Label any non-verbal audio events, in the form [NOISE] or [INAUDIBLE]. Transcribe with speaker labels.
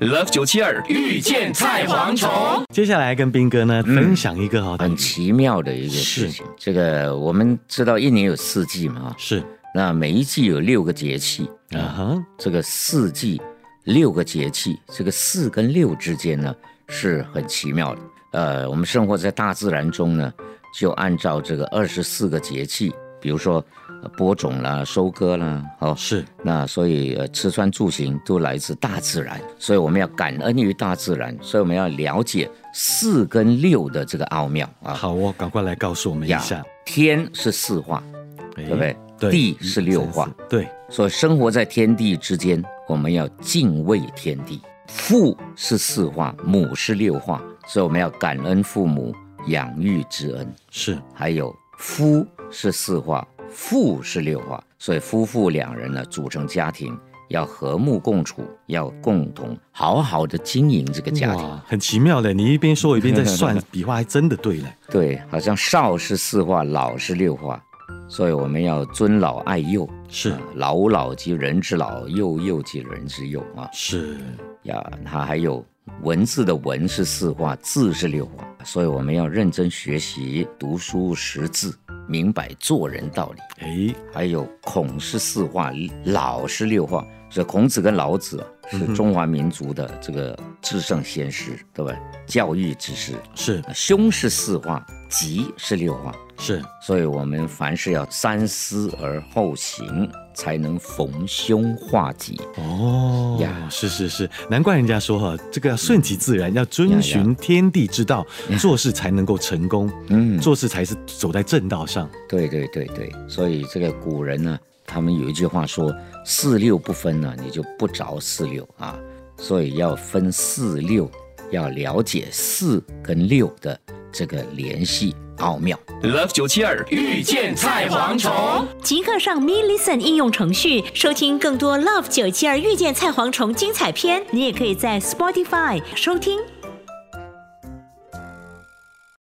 Speaker 1: Love 九七二遇见菜蝗虫，
Speaker 2: 接下来跟斌哥呢分享一个哈、
Speaker 3: 嗯很奇妙的一个
Speaker 2: 是
Speaker 3: 事情。这个我们知道一年有四季嘛，啊
Speaker 2: 是
Speaker 3: 那每一季有六个节气
Speaker 2: 啊
Speaker 3: 啊，
Speaker 2: 哈，
Speaker 3: 这个四季六个节气，这个四跟六之间呢是很奇妙的。呃，我们生活在大自然中呢，就按照这个二十四个节气，比如说呃播种啦、收割啦，哦，
Speaker 2: 是
Speaker 3: 那所以呃，吃穿住行都来自大自然，所以我们要感恩于大自然，所以我们要了解四跟六的这个奥妙啊。
Speaker 2: 好哦，赶快来告诉我们一下，
Speaker 3: 天是四化，
Speaker 2: 对
Speaker 3: 对不对？
Speaker 2: 对，
Speaker 3: 地是六
Speaker 2: 一二
Speaker 3: 化
Speaker 2: 三四对，
Speaker 3: 所以生活在天地之间，我们要敬畏天地。父是四化，母是六化，所以我们要感恩父母养育之恩。
Speaker 2: 是
Speaker 3: 还有夫是四化，父是六化，所以夫妇两人呢组成家庭，要和睦共处，要共同好好的经营这个家庭。
Speaker 2: 哇，很奇妙的，你一边说一边在算笔画，还真的
Speaker 3: [LAUGHS]
Speaker 2: 对嘞，
Speaker 3: 对，好像少是四化，老是六化，所以我们要尊老爱幼，
Speaker 2: 是
Speaker 3: 啊老老及人之老，幼幼及人之幼啊。
Speaker 2: 是
Speaker 3: 呀，它还有文字的文是四化，字是六化，所以我们要认真学习读书识字，明白做人道理。
Speaker 2: 哎，
Speaker 3: 还有孔是四化，老是六化，所以孔子跟老子啊是中华民族的这个至圣先师，对吧？教育之师。
Speaker 2: 是
Speaker 3: 那兄是四化，吉是六化，
Speaker 2: 是
Speaker 3: 所以我们凡事要三思而后行，才能逢凶化吉。
Speaker 2: 哦
Speaker 3: 呀嗯
Speaker 2: 是是是，难怪人家说哈，这个要顺其自然，要遵
Speaker 3: 呀
Speaker 2: 循天地之道，做事才能够成功，
Speaker 3: 嗯，
Speaker 2: 做事才是走在正道上，
Speaker 3: 对对对对，所以这个古人呢，他们有一句话说：“四六不分呢，你就不着四六啊。”所以要分四六，要了解四跟六的这个联系奥妙。
Speaker 1: ，Love 九七二遇见菜蝗虫。
Speaker 4: 即刻上 Me Listen 应用程序收听更多 Love 972遇见菜蝗虫精彩片。你也可以在 Spotify 收听